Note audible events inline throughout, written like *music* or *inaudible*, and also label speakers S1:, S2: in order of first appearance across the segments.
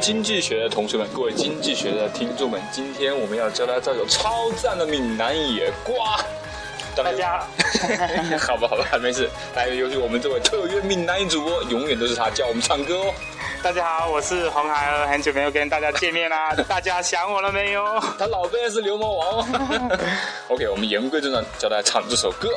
S1: 经济学的同学们，各位经济学的听众们，今天我们要教大家有超赞的闽南野瓜。当
S2: 大
S1: 然
S2: 家
S1: 好吧，好吧，没事。来，有请我们这位特约闽南主播，永远都是他教我们唱歌哦。
S2: 大家好，我是红孩儿，很久没有跟大家见面 *laughs* 啦，大家想我了没有？
S1: 他老辈是流氓王哦。OK，我们言归正传，教大家唱这首歌。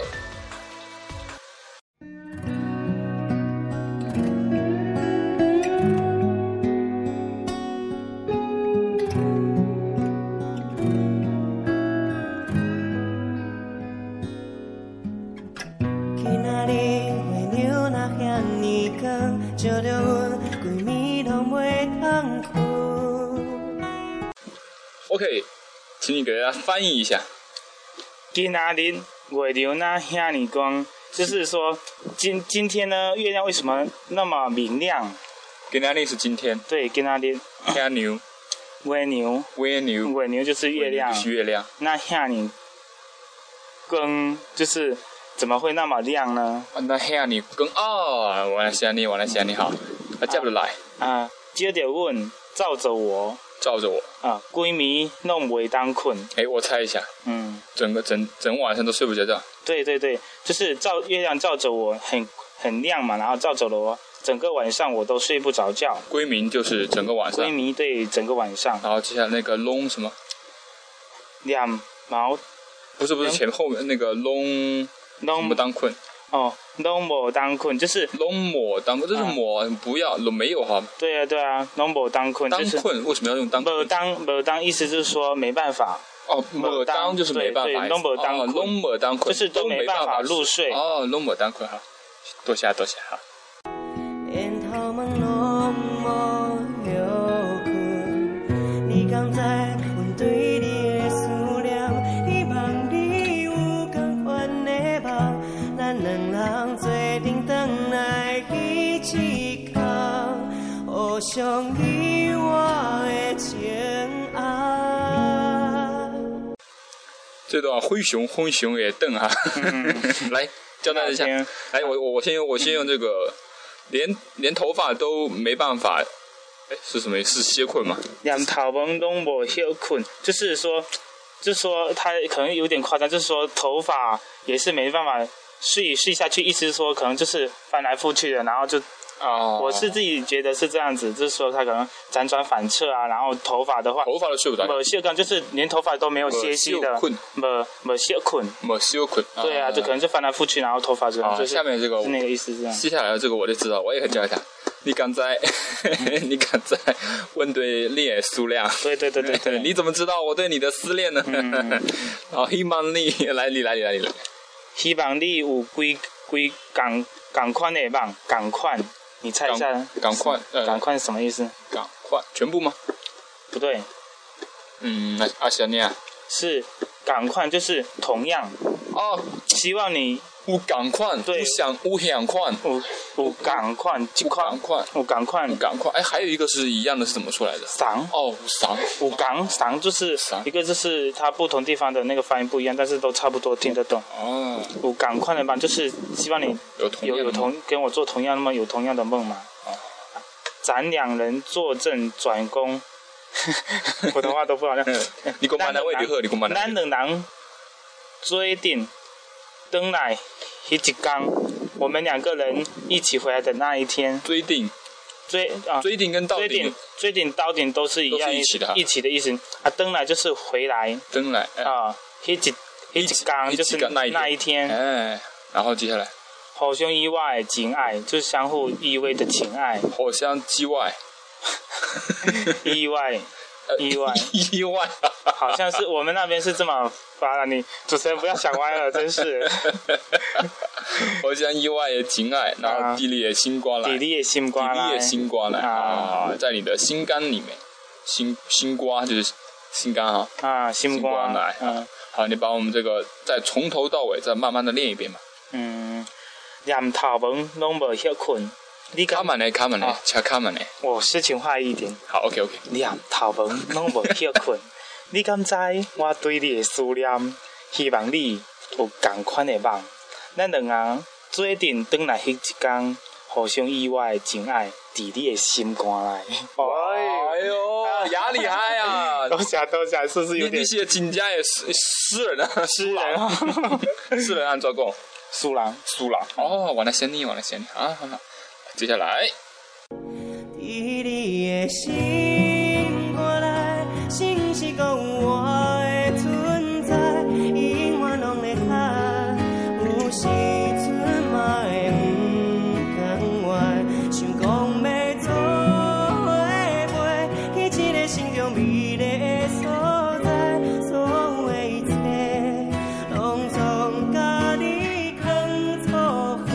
S3: 今仔日月娘若遐尼光，照着阮，规暝拢袂通困。
S1: OK，请你给大家翻译一下。
S2: 今啊哪里尾流那遐尼光，就是说今今天呢，月亮为什么那么明亮？
S1: 给大家是今天，
S2: 对，今哪里
S1: 天牛、
S2: 尾牛，
S1: 微牛、
S2: 尾牛就是月亮，
S1: 是月亮
S2: 那遐尼光就是怎么会那么亮呢？
S1: 啊，那黑牛跟啊，我来想你，我来想你好，啊，接不来，
S2: 啊，接着问，照着我
S1: 罩着我。
S2: 啊，闺蜜弄袂当困，
S1: 哎，我猜一下，
S2: 嗯。
S1: 整个整整晚上都睡不着觉。
S2: 对对对，就是照月亮照着我很很亮嘛，然后照着了我，整个晚上我都睡不着觉，
S1: 归明就是啊整个晚上
S2: 昏，迷对整个晚上。
S1: 然后接下来那个 long 什么？
S2: 两毛
S1: 不是不是
S2: 嗯
S1: 前后面那个 long 什
S2: 拢
S1: 么当困
S2: 哦拢无当困，就是
S1: ，long 抹当困，这是
S2: 啊
S1: 抹不要没有哈，
S2: 对啊对啊，拢无当困
S1: 当
S2: 就是
S1: 困为什么要用当
S2: 无
S1: 困？
S2: 当无当，意思就是说没办法，
S1: 哦，抹当就是没办
S2: 对
S1: 法，
S2: 对拢抹当
S1: 哦
S2: 困
S1: 拢抹当困
S2: 就是都没办法入睡
S1: 哦，拢抹当困哈，多谢啊多谢哈。
S3: 缘头毛拢无休困，你敢知阮对你的思念？希望你有同款的梦，咱两人做阵返来去一空，互相你我的情爱。
S1: 这段灰熊灰熊也瞪啊哈，嗯来交代一下
S2: 那天，
S1: 来我我我先用我先用这个，连连头发都没办法，哎是什么意思？是歇困吗？
S2: 两头毛拢无休困，就是说就是说他可能有点夸张，就是说头发也是没办法睡睡下去，意思是说可能就是翻来覆去的，然后就
S1: 啊，
S2: 我是自己觉得是这样子，就是说他可能辗转反侧啊，然后头发的话，
S1: 头发都睡不着，
S2: 某些刚就是连头发都没有歇息的
S1: 没有困，
S2: 某某些捆，
S1: 没休困。
S2: 对啊，就可能就翻来覆去，然后头发就
S1: 啊
S2: 就是
S1: 下面这个
S2: 是那个意思这样。
S1: 接下来这个我就知道，我也可以教一下。
S2: *laughs*
S1: 你刚才， *laughs* 你刚才问对恋爱数量，
S2: 对对对对对
S1: 你怎么知道我对你的思念呢？ *laughs* 然后希望你来，你来，你来，你来，
S2: 希望你有几几赶赶快的棒，赶快，你猜一下
S1: 赶，赶快，呃，
S2: 赶快是什么意思？
S1: 赶快，全部吗？
S2: 不对，
S1: 嗯，那阿想你啊，
S2: 是赶快，就是同样，
S1: 哦，
S2: 希望你
S1: 我赶快，
S2: 对
S1: 我想，我想快，
S2: 有有赶快，尽快，
S1: 赶快，
S2: 有赶快，
S1: 赶快。哎，还有一个是一样的，是怎么出来的？
S2: 赏。
S1: 哦，赏，
S2: 五港赏就是
S1: 赏
S2: 一个，就是它不同地方的那个发音不一样，但是都差不多听得懂。
S1: *laughs* 哦，
S2: 五港快乐吧，就是希望你
S1: 有同
S2: 有
S1: 样的哦
S2: 有同跟我做同样的梦，有同样的梦嘛。咱两人坐镇转工，普通话都不好像。
S1: 嗯 *laughs* 你给我买哪位你喝，你给我买哪
S2: 咱
S1: 位？
S2: 两人最定等来一天，我们两个人一起回来的那一天，
S1: 追定，
S2: 追啊
S1: 追定跟到
S2: 追
S1: 顶
S2: 顶、追顶、刀顶都是一样
S1: 都是一起的啊
S2: 一起的意思啊。登来就是回来
S1: 登来，哎
S2: 啊，一起一起刚就是
S1: 那一天
S2: 那一天，
S1: 哎，然后接下来，
S2: 互相意外情爱，就是相互依偎的情爱，
S1: 火香之外，
S2: 意外
S1: 呃
S2: *laughs* 意外
S1: *laughs* 意外， *laughs*
S2: 好像是我们那边是这么发的。你主持人不要想歪了，真 *laughs* 是
S1: 火香意外的情爱，
S2: 啊
S1: 然后地里的星光来，
S2: 体力也心瓜啦
S1: 地里。的星光来
S2: 啊
S1: 啊，在你的心肝里面，心心瓜就是心肝啊。
S2: 啊，心
S1: 心
S2: 瓜
S1: 瓜来
S2: 嗯
S1: 好，你把我们这个再从头到尾再慢慢的练一遍吧。
S2: 嗯，两头毛拢无歇困，你
S1: 卡
S2: 敢？
S1: 满嘞，卡满嘞
S2: 啊，
S1: 卡卡满嘞。
S2: 我诗情画意一点。
S1: 好，OK OK。
S2: 念头毛拢无歇困。 *laughs* 你敢知我对你的思念？希望你有同款的梦。咱两人做阵转来迄一天，互相意外的情爱，伫你的心肝内。
S1: 哎呦，雅
S2: *laughs*
S1: 厉害啊！
S2: 多谢多谢，是不是
S1: 你
S2: 有
S1: 你
S2: 点
S1: 写金家也诗诗人啊，
S2: 诗人 *laughs* 啊？
S1: *laughs* 诗人按照讲，
S2: 苏郎，
S1: 输了哦，我来先你，我来先你啊。好好接下来，
S3: 在你的心肝内，是不是搁有我的存在？永远拢会在，有时阵嘛会不甘愿，想讲要做伙飞去一个心中美丽的所在，所有的一切，拢总甲你囥做伙。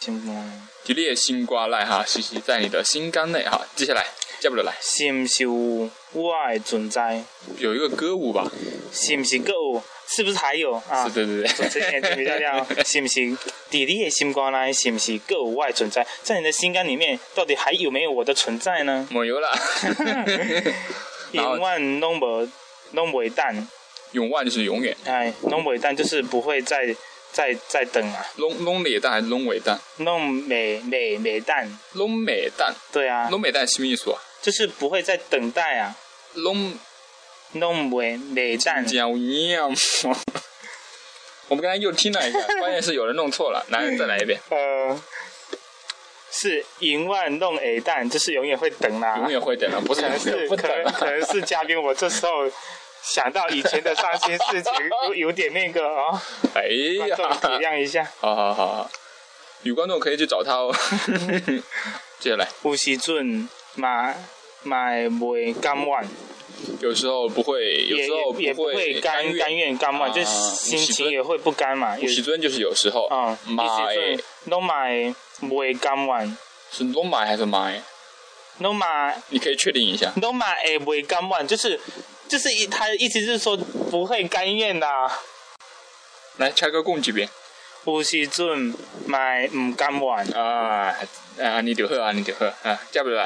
S2: 行吗？
S1: 迪丽的心瓜赖哈，栖息在你的心肝内哈。接下来，接不来，
S2: 是毋是有我的存在？
S1: 有一个歌舞吧？
S2: 是毋是搁有？是不是还有啊？
S1: 是，对对
S2: 主持人准备到了，是不是？在你的心肝内，是不是各有我的存在？在你的心肝里面，到底还有没有我的存在呢？
S1: 没
S2: *laughs*
S1: 有啦。然后
S2: 永远拢无拢袂等，
S1: 永万就是永远，
S2: 哎，拢袂等就是不会再再再等啊，
S1: 龙龙脸蛋还是龙尾蛋？
S2: 拢袂袂袂等，
S1: 龙美蛋，
S2: 对啊，
S1: 龙美蛋什么意思啊？
S2: 就是不会再等待啊，
S1: 龙
S2: 拢袂袂等，
S1: 脚
S2: *laughs*
S1: 娘。我们刚才又听了一个，关键是有人弄错了，来再来一遍，
S2: 呃，是永远弄会等，就是永远会等啦、
S1: 永远会等的，不是
S2: 啊可能 *laughs* 是
S1: 不
S2: 可
S1: 等
S2: 能
S1: 了
S2: 可能是嘉宾，我这时候想到以前的伤心事情， *laughs* 有有点那个哦，
S1: 哎
S2: 观
S1: 呀
S2: 众，体谅一 *laughs* 下。
S1: 好好好好，女观众可以去找他
S2: *laughs*
S1: 哦。接下来，
S2: 有时阵嘛嘛袂甘愿，
S1: 有时候不会，有
S2: 也
S1: 时候
S2: 也也不会
S1: 会
S2: 甘
S1: 甘
S2: 甘。愿甘
S1: 啊
S2: 愿，就是心
S1: 有时
S2: 情
S1: 阵
S2: 也会不甘嘛。
S1: 有
S2: 有
S1: 时阵就是有时候，
S2: 啊，
S1: 妈
S2: 有时
S1: 诶
S2: 阵，拢嘛会袂甘愿，
S1: 是龙买还是妈诶？
S2: 拢嘛
S1: 你可以确定一下。
S2: 拢嘛会袂甘愿，就是就是一他的意思是说不会甘愿啦、
S1: 来，拆个共几遍
S2: 有时阵嘛会毋甘愿。
S1: 啊？啊，你就喝啊，你就喝啊，加不来。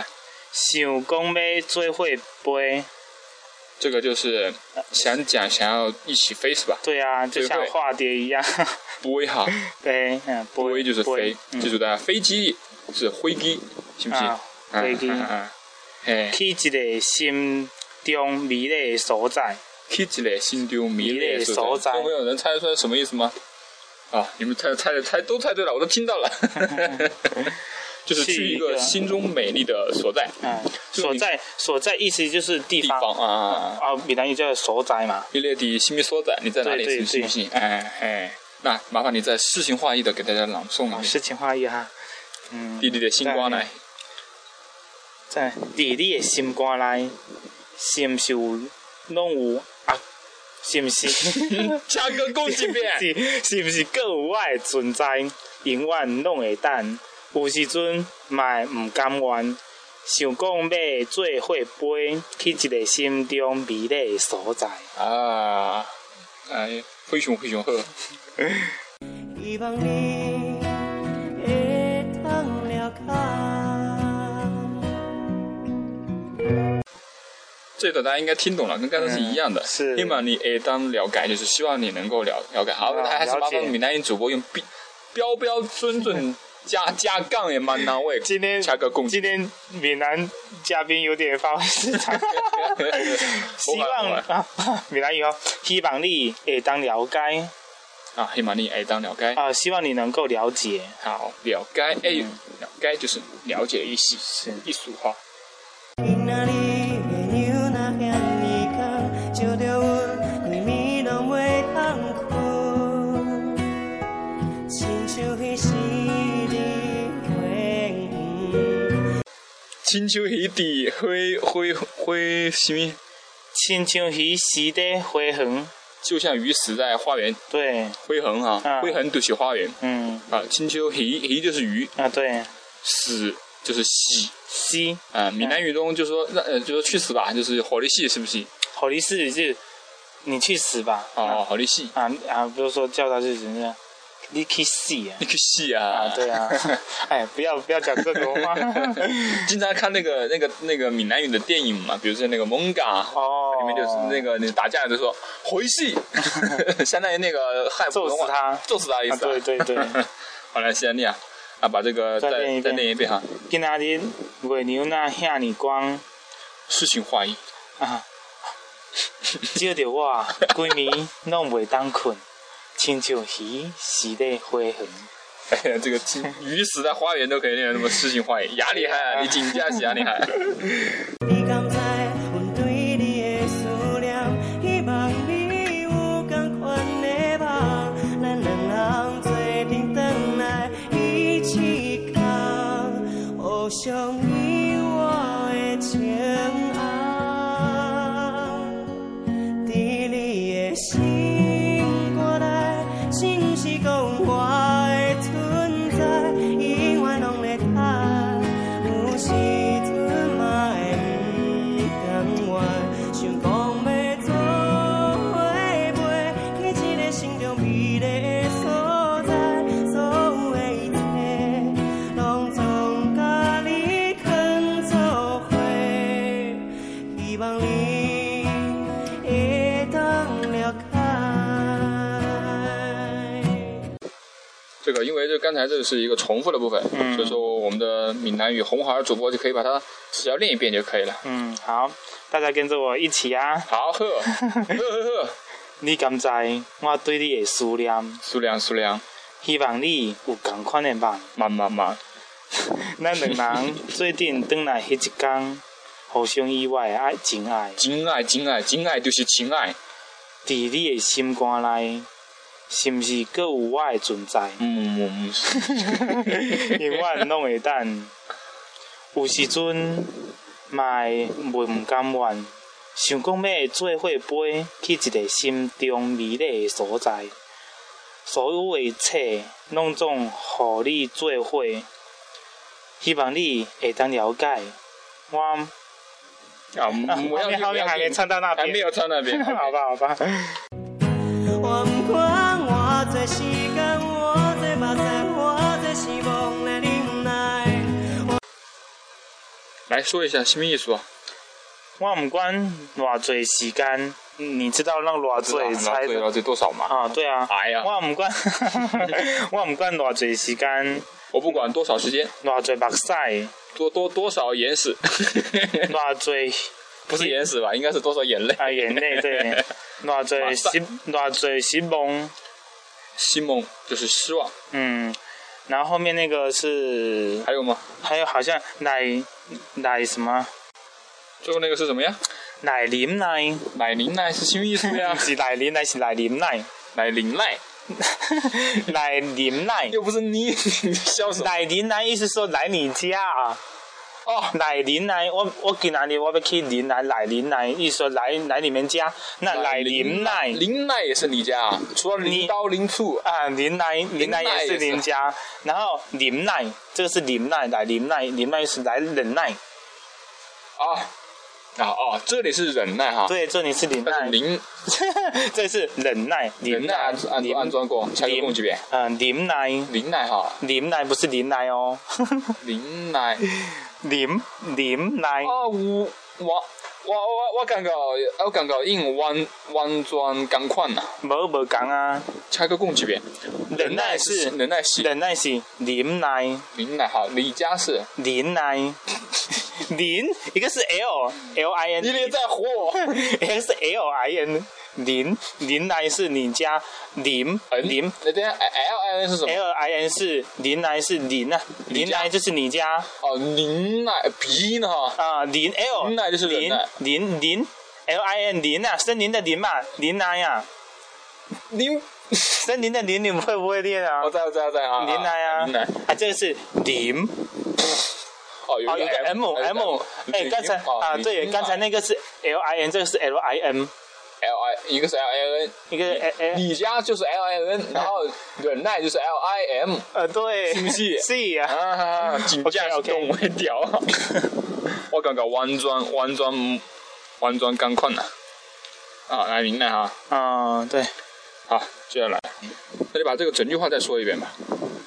S2: 想讲要做伙飞，
S1: 这个就是呃想讲想要一起飞是吧？
S2: 对啊，就像
S1: 对
S2: 化蝶一样 *laughs*
S1: 飞哈，
S2: 飞，嗯，
S1: 飞就是飞，
S2: 嗯
S1: 记住大家，飞机是灰机，信不信？
S2: 啊，飞机
S1: 嗯嗯嗯嘿，
S2: 去一个心中美丽的所在，
S1: 去一个心中迷恋的
S2: 迷恋的所
S1: 所
S2: 在
S1: 在。各位有人猜得出来什么意思吗？啊，你们猜猜的猜都猜对了，我都听
S2: *laughs*
S1: 到了。就是去一个心中美丽的所在
S2: 嗯，
S1: 就
S2: 所
S1: 你
S2: 在所在意思就是地
S1: 地
S2: 方
S1: 方啊啊，啊
S2: 啊，闽南语叫做所在嘛，
S1: 一列的新密所在，你在哪里？
S2: 对对
S1: 信不信信
S2: 对
S1: 不信？哎哎，那麻烦你再诗情画意的给大家朗诵
S2: 啊，
S1: 一遍
S2: 诗情画意哈，嗯，
S1: 弟弟的星光来，
S2: 在在你的心肝内，是毋是有拢有啊？是毋是？？
S1: *laughs* 加个共几遍
S2: *laughs* 是是毋是各有我的存在，永远拢会等。有时阵嘛毋甘愿，想讲要做伙飞去一个心中美丽的所在。
S1: 啊，哎，灰熊灰熊鹤，
S3: 希望你会当了解。
S1: 这个大家应该听懂了，跟刚才是一样的。
S2: 嗯是
S1: 今晚你也当了解，就是希望你能够了了解。好，
S2: 啊
S1: 还是麻烦
S2: 了解
S1: 闽南语主播用标标标准
S2: *laughs*
S1: 准加加杠也蛮难为。
S2: 今天
S1: 加个共
S2: 今天闽南嘉宾有点发挥
S1: *laughs*
S2: 失常，希望啊闽南语哦，希望你会当了解
S1: 啊，希望你也当了解。
S2: 啊、希望你能够了解。
S1: 好，了解，哎、了解就是了解的意思，
S2: 是
S1: 艺术化。
S3: 今仔日的娘若遐尼空，照着阮规暝拢袂通困，亲像彼时你花园，
S1: 亲像迄地灰灰灰什么？
S2: 亲像鱼时的花园，
S1: 就像鱼死在花园
S2: 对，
S1: 灰痕哈、
S2: 啊
S1: 灰痕就是花园
S2: 嗯
S1: 啊。亲像鱼鱼就是鱼，
S2: 啊对，
S1: 死就是死
S2: 西。
S1: 啊。闽南语中就说让呃就说去死吧，就是火力系是不是？
S2: 好力士就是你去死吧！
S1: 哦，火力系，
S2: 啊啊，比如说叫他就是人家你去死啊！
S1: 你去戏啊
S2: 啊，
S1: *laughs*
S2: 对啊，哎，不要不要讲这种话。
S1: 经常看那个那个那个闽南语的电影嘛，比如说那个《蒙嘎》，
S2: 哦，
S1: 里面就是那个你打架就说回戏，相当于那个汉普
S2: 揍
S1: 通话
S2: 死他
S1: 揍死他的意思、
S2: 啊对对对
S1: 好来，谢谢你啊。啊，把这个
S2: 再念
S1: 再
S2: 一遍
S1: 再念一遍哈。
S2: 今仔日月亮那遐尼光
S1: 诗情画意，
S2: 啊，照着我规暝拢袂当困，亲像鱼死咧花园。
S1: 哎呀，这个鱼死在花园都可以念得那么诗情画意，呀厉害啊！你请假是呀厉害。
S3: 你敢知阮对你的思念？希望你有同款的梦，咱两人做阵返来一起哭，互相依偎的情啊红，在你的心肝内，是不是讲我的存在，永远拢会叹？有时阵嘛会不甘愿，想讲要做伙飞去一个心中美丽的所在，所有的一切，拢总甲你牵做伙，希望你会当了解。
S1: 这个因为这刚才这是一个重复的部分，
S2: 嗯
S1: 所以说我们的闽南语红孩儿主播就可以把它只要念一遍就可以了。
S2: 嗯，好，大家跟着我一起啊！
S1: 好呵，呵呵呵，
S2: 你敢知我对你的思念？
S1: 数量数量，
S2: 希望你有同款的梦。
S1: 慢慢慢，
S2: 咱两人做阵返来迄一天，互相意外的爱情爱，
S1: 真爱真爱真爱就是情爱，
S2: 在你的心肝内，是毋是搁有我的存在？
S1: 嗯嗯嗯，
S2: 永远拢会等。有时阵嘛会袂毋甘愿，想讲要做伙飞去一个心中美丽的所在，所有的一切拢总互你做伙。希望你会当了解我。
S1: 啊，我们
S2: 啊
S1: 我
S2: 后
S1: 要
S2: 面
S1: 去
S2: 后面还没唱到那
S1: 还没
S2: 边，
S1: 有唱那边，
S2: 好吧好吧。
S3: 我不管偌多时间，偌多目屎，偌多希望来忍耐。
S1: 来说一下什么意思啊？
S2: 我毋管偌侪时间，你知道让偌
S1: 对
S2: 侪猜
S1: 对了，这多少嘛？
S2: 啊？对啊。
S1: 哎呀，
S2: 我毋 *laughs* 管，我毋管偌侪时间，
S1: 我不管多少时间，
S2: 偌侪目屎，
S1: 多多多少眼屎，
S2: 偌侪
S1: 不是眼屎吧？应该是多少眼泪？
S2: 啊眼泪对，
S1: *laughs*
S2: 偌
S1: 哇
S2: 侪
S1: 塞
S2: 失，偌侪失望，
S1: 希望就是失望，
S2: 嗯，然后后面那个是
S1: 还有吗？
S2: 还有好像奶奶什么
S1: 最后那个是什么呀？
S2: 奶林奶，
S1: 奶铃奶是什么意思呀
S2: 不？是奶林奶是奶林奶， *laughs*
S1: 奶铃奶
S2: 奶林奶。
S1: 又不是你，你笑什么？
S2: 奶林啊奶意思说来你家啊，
S1: 哦，
S2: 奶林奶，我我今哪里我要去啊林奶奶林奶，意思说来来你们家，那奶林奶。
S1: 林奶也是你家啊？除了
S2: 你
S1: 林刀林醋，
S2: 啊，林奈林奈
S1: 林奈也
S2: 也是
S1: 是
S2: 林家，然后林奈这个是林奈来林奈，林奈是来忍耐，
S1: 啊啊哦，这里是忍耐哈，
S2: 对，这里是林
S1: 但
S2: 奈
S1: 哦是，林
S2: *laughs* 这是忍耐
S1: 忍
S2: 林
S1: 耐
S2: 奈
S1: 安安
S2: 林
S1: 安装过，拆个共几遍？
S2: 呃林奈
S1: 林奶哈，
S2: 林奈不是林奈哦， *laughs*
S1: 林 *laughs* 奶
S2: 林林奈
S1: 啊，我我我我我感觉哎我感觉用完完全同款呐，
S2: 无无讲啊，
S1: 拆个共几遍？
S2: 忍耐是
S1: 忍耐是
S2: 忍耐是林奈
S1: 林奶哈，李家是，
S2: 林奈 *laughs* 林一个是 L L I N，
S1: 你
S2: *laughs*
S1: 别再唬我，
S2: S L I N 林林来是你家林林
S1: 嗯，那等一下 L I N 是什么？
S2: L I N 是林来是林啊，
S1: 你
S2: 林
S1: 家
S2: 来就是你家
S1: 哦，林奶鼻音哈。
S2: 啊，林 L
S1: 林来就是啊忍
S2: 林
S1: 耐
S2: 林林 L I N 林啊，森林的林嘛，林来呀，
S1: 林，
S2: 森林的林你们会不会念啊
S1: 我？在我在我在啊！
S2: 林来啊
S1: 林来，，
S2: 啊这个是林
S1: 哦，有
S2: 哦，有
S1: 一
S2: 个
S1: 个
S2: M M，哎，刚才
S1: 哦
S2: 啊对，刚才那个是 L I N，这个是 L I N，
S1: L I 一个是 L I N，
S2: 一个 L L
S1: 你家就是 L I N，然后忍耐就是 L I M，
S2: 呃对，
S1: 是不是
S2: C 啊。
S1: 啊，真正是
S2: OK，OK
S1: 动会调啊！我感觉完全完全完全同款呐！啊，来林奈哈，
S2: 嗯，对，
S1: 好，接下来，那你把这个整句话再说一遍吧，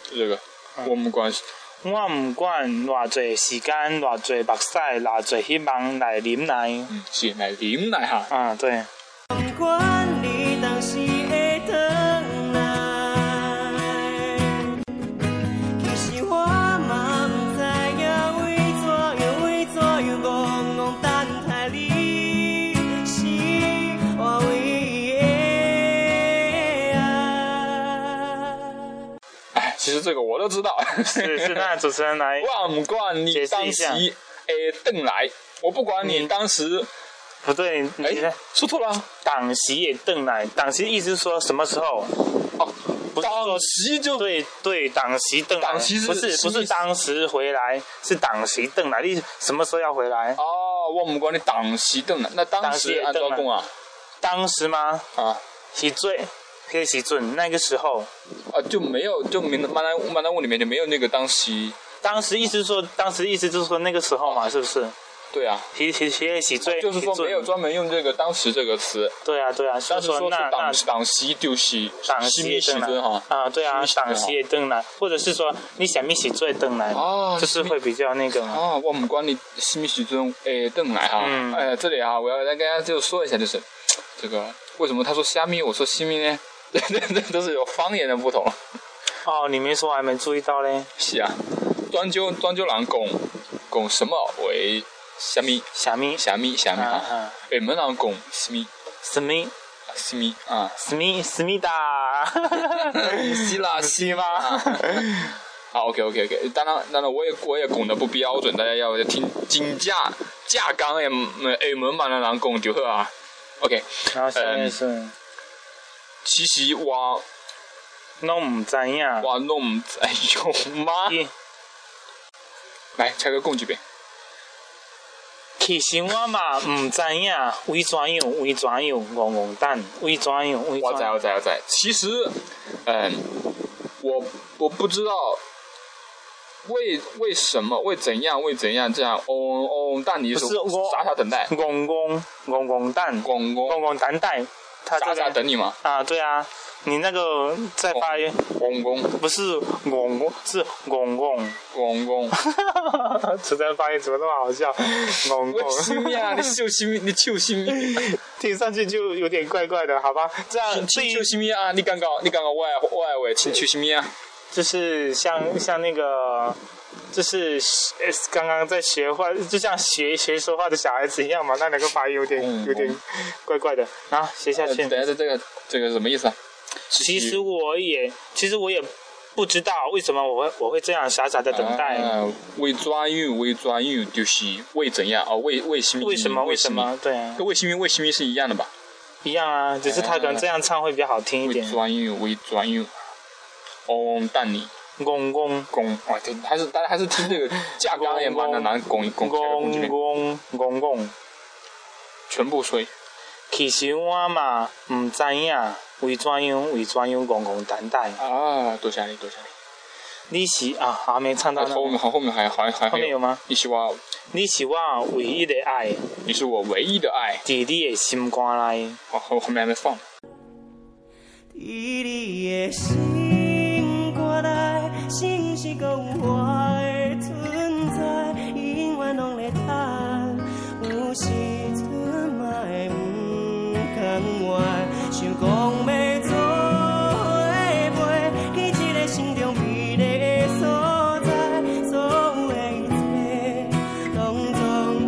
S1: 就这个。我们关系，
S2: 我毋管偌侪时间、偌侪目屎、偌侪希望来忍耐。
S1: 嗯，是来林奈哈，
S2: 啊，对，
S3: 不管你当时会回来，其实我
S1: 这个我都知道。
S2: 是是，那主持
S1: *laughs*
S2: 人来，
S1: 我不管你当时诶邓来，我不管你当时
S2: 不对，你
S1: 哎说错了啊，
S2: 党席也邓来，党席意思是说什么时候？
S1: 哦，
S2: 不是
S1: 当
S2: 说
S1: 时就
S2: 对对，党席邓来，
S1: 党席是
S2: 不是
S1: 什
S2: 不
S1: 么意
S2: 是
S1: 思
S2: 当时回来，是党席邓来，你什么时候要回来？
S1: 哦，我不管你当时邓来，那当
S2: 当时
S1: 时
S2: 也
S1: 按照
S2: 邓来
S1: 讲啊
S2: 当时吗？
S1: 啊
S2: 是最黑时准那个时候，
S1: 啊就没有就闽闽南闽南文里面就没有那个当时，
S2: 当时意思说，当时意思就是说那个时候嘛，是不是？
S1: 对啊，
S2: 其其其是最
S1: 哦就是说
S2: 时准
S1: 没有专门用这个当时这个词，
S2: 对啊对啊，所
S1: 当
S2: 以
S1: 时说是
S2: 说那那
S1: 当当时就是
S2: 党
S1: 是
S2: 席
S1: 咪时
S2: 邓
S1: 分
S2: 来
S1: 哈。
S2: 啊，对啊
S1: 是，不是
S2: 党席也邓来，或者是说你想咪是最邓来，
S1: 哦
S2: 就是会比较那个嘛。
S1: 啊，我们管你什么时钟诶邓来哈，
S2: 嗯
S1: 哎，这里啊，我要来跟大家就说一下，就是这个为什么他说虾米，我说西米呢？ *laughs* 这这这都是有方言的不同。
S2: 哦，你没说，我还没注意到嘞。
S1: 是啊，漳州漳州人讲讲什么为虾米
S2: 虾米
S1: 虾米虾米
S2: 啊
S1: 哈，
S2: 啊，
S1: 厦门人讲西米
S2: 什么
S1: 西米啊，
S2: 什么什么哒？
S1: 西 *laughs* 啦西吗？好，OK OK OK，当啊然当然我也我也讲的不标准，大家要听金价价港的厦门闽南人讲就好啊。OK，
S2: 然后下面是
S1: 嗯其实我
S2: 拢唔知影，
S1: 我弄唔知用吗？
S2: 伊
S1: 来，蔡哥讲一遍。
S2: 其实我嘛唔知影，为怎样为怎样戆戆蛋，为怎样为
S1: 我
S2: 怎
S1: 在
S2: 样
S1: 我在我在。其实，嗯，我我不知道为为什么为怎样为怎样这样哦哦，但你
S2: 不是我
S1: 傻傻等
S2: *laughs*
S1: 待，
S2: 戆戆戆戆蛋，
S1: 我
S2: 戆
S1: 我
S2: 戆蛋蛋，他
S1: 傻
S2: 这
S1: 傻
S2: 个
S1: 等你嘛，
S2: 啊，对啊，你那个在发音
S1: 我我
S2: 不是戆戆，是戆戆。
S1: 我我，
S2: 实在发音怎么那么好笑？戆
S1: 我
S2: 戆，
S1: 心呀，你秀心你秀心
S2: 听上去就有点怪怪的，好吧？这样
S1: 请
S2: 对于
S1: 求什么啊？你刚刚你刚刚外外围请求什么啊？
S2: 就是像像那个，就是呃刚刚在学话，就像学学说话的小孩子一样嘛，那两个发音有点、
S1: 嗯
S2: 有点怪怪的。然后学下
S1: 呃
S2: 去，
S1: 等一下这个这个什么意思啊？
S2: 其实我也其实我也不知道为什么我会我会这样傻傻的等待，
S1: 啊，为怎样为怎样就是为怎样哦，为为什么？
S2: 为什么为什么？对啊，
S1: 跟卫星运、卫星运是一样的吧？
S2: 一样啊，只是他可能这样唱会比较好听一
S1: 为
S2: 点。
S1: 专运、为专运，哦，但你
S2: 公公
S1: 拱，哇，对，还是大家还是听这个架钢也蛮难难拱一拱，
S2: 公
S1: 拱这边
S2: 公公公，
S1: 全部吹。
S2: 其实我嘛唔知影为怎样为怎样公公等待。
S1: 啊，多谢你，多谢你。
S2: 你是啊，还没唱到
S1: 啊
S2: 那
S1: 后面
S2: 个。
S1: 好，后面还还还
S2: 后面有吗？
S1: 你是我，
S2: 你是我唯一的爱，在
S1: 你是我唯一的爱。
S2: 你的心肝内。
S1: 哦，后后面还没放。
S3: 伫你的心肝内，是不是搁有我的存在？永远拢在等，有时阵嘛会不甘愿，想讲要做的袂，去一个心中美丽的所在，所有的一切，拢总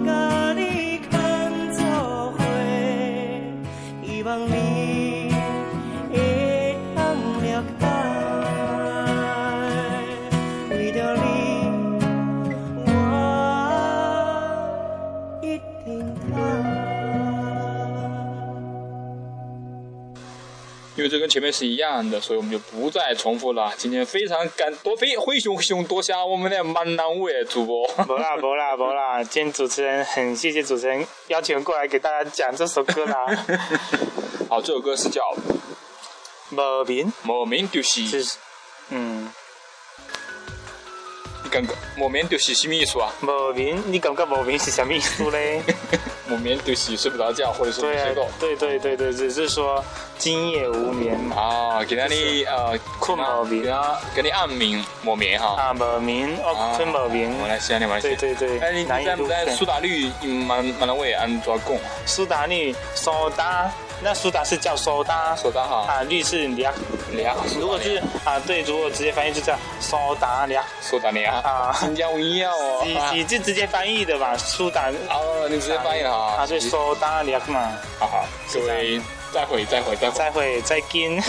S3: 甲你牵做伙，希望你。会通了解，为着你，我一定爱。
S1: 因为这跟前面是一样的，所以我们就不再重复了。今天非常感多非灰熊熊多谢我们的闽南卫主
S2: *laughs*
S1: 播。
S2: 不啦不啦不啦，今天主持人很谢谢主持人邀请我过来给大家讲这首歌 *laughs* 啦。
S1: 好，这首歌是叫《
S2: 无名
S1: 莫名就是》，
S2: 是嗯，
S1: 你感觉莫名就是什么意思啊？
S2: 无名，你感觉无名是什么意思嘞？
S1: 我明天就是睡不着觉，或者是
S2: 对
S1: 睡够
S2: 啊，对对对对，只是说今夜无眠嘛。
S1: 啊，给他你呃
S2: 困毛
S1: 给
S2: 病
S1: 他给你按名抹眠哈。
S2: 啊，无眠哦
S1: 啊，
S2: 困无眠。
S1: 我来先，你玩
S2: 对
S1: 先。
S2: 对对
S1: 哎，你，
S2: 难
S1: 你
S2: 易
S1: 在
S2: 度
S1: 不在
S2: 很
S1: 苏打绿蛮蛮难为安抓供
S2: 苏打绿，苏打，那苏打是叫苏打，
S1: 苏打哈，
S2: 啊，绿是俩，
S1: 俩
S2: 如果是啊，对，如果直接翻译就叫苏打俩
S1: 苏打俩，
S2: 啊，
S1: 新疆一样哦。
S2: 你
S1: *laughs*
S2: 你就直接翻译的吧，苏打
S1: 哦，你直接翻译了哈。
S2: 啊，对，苏打俩嘛，
S1: 好好，各位再会再会再会。
S2: 再会，再见。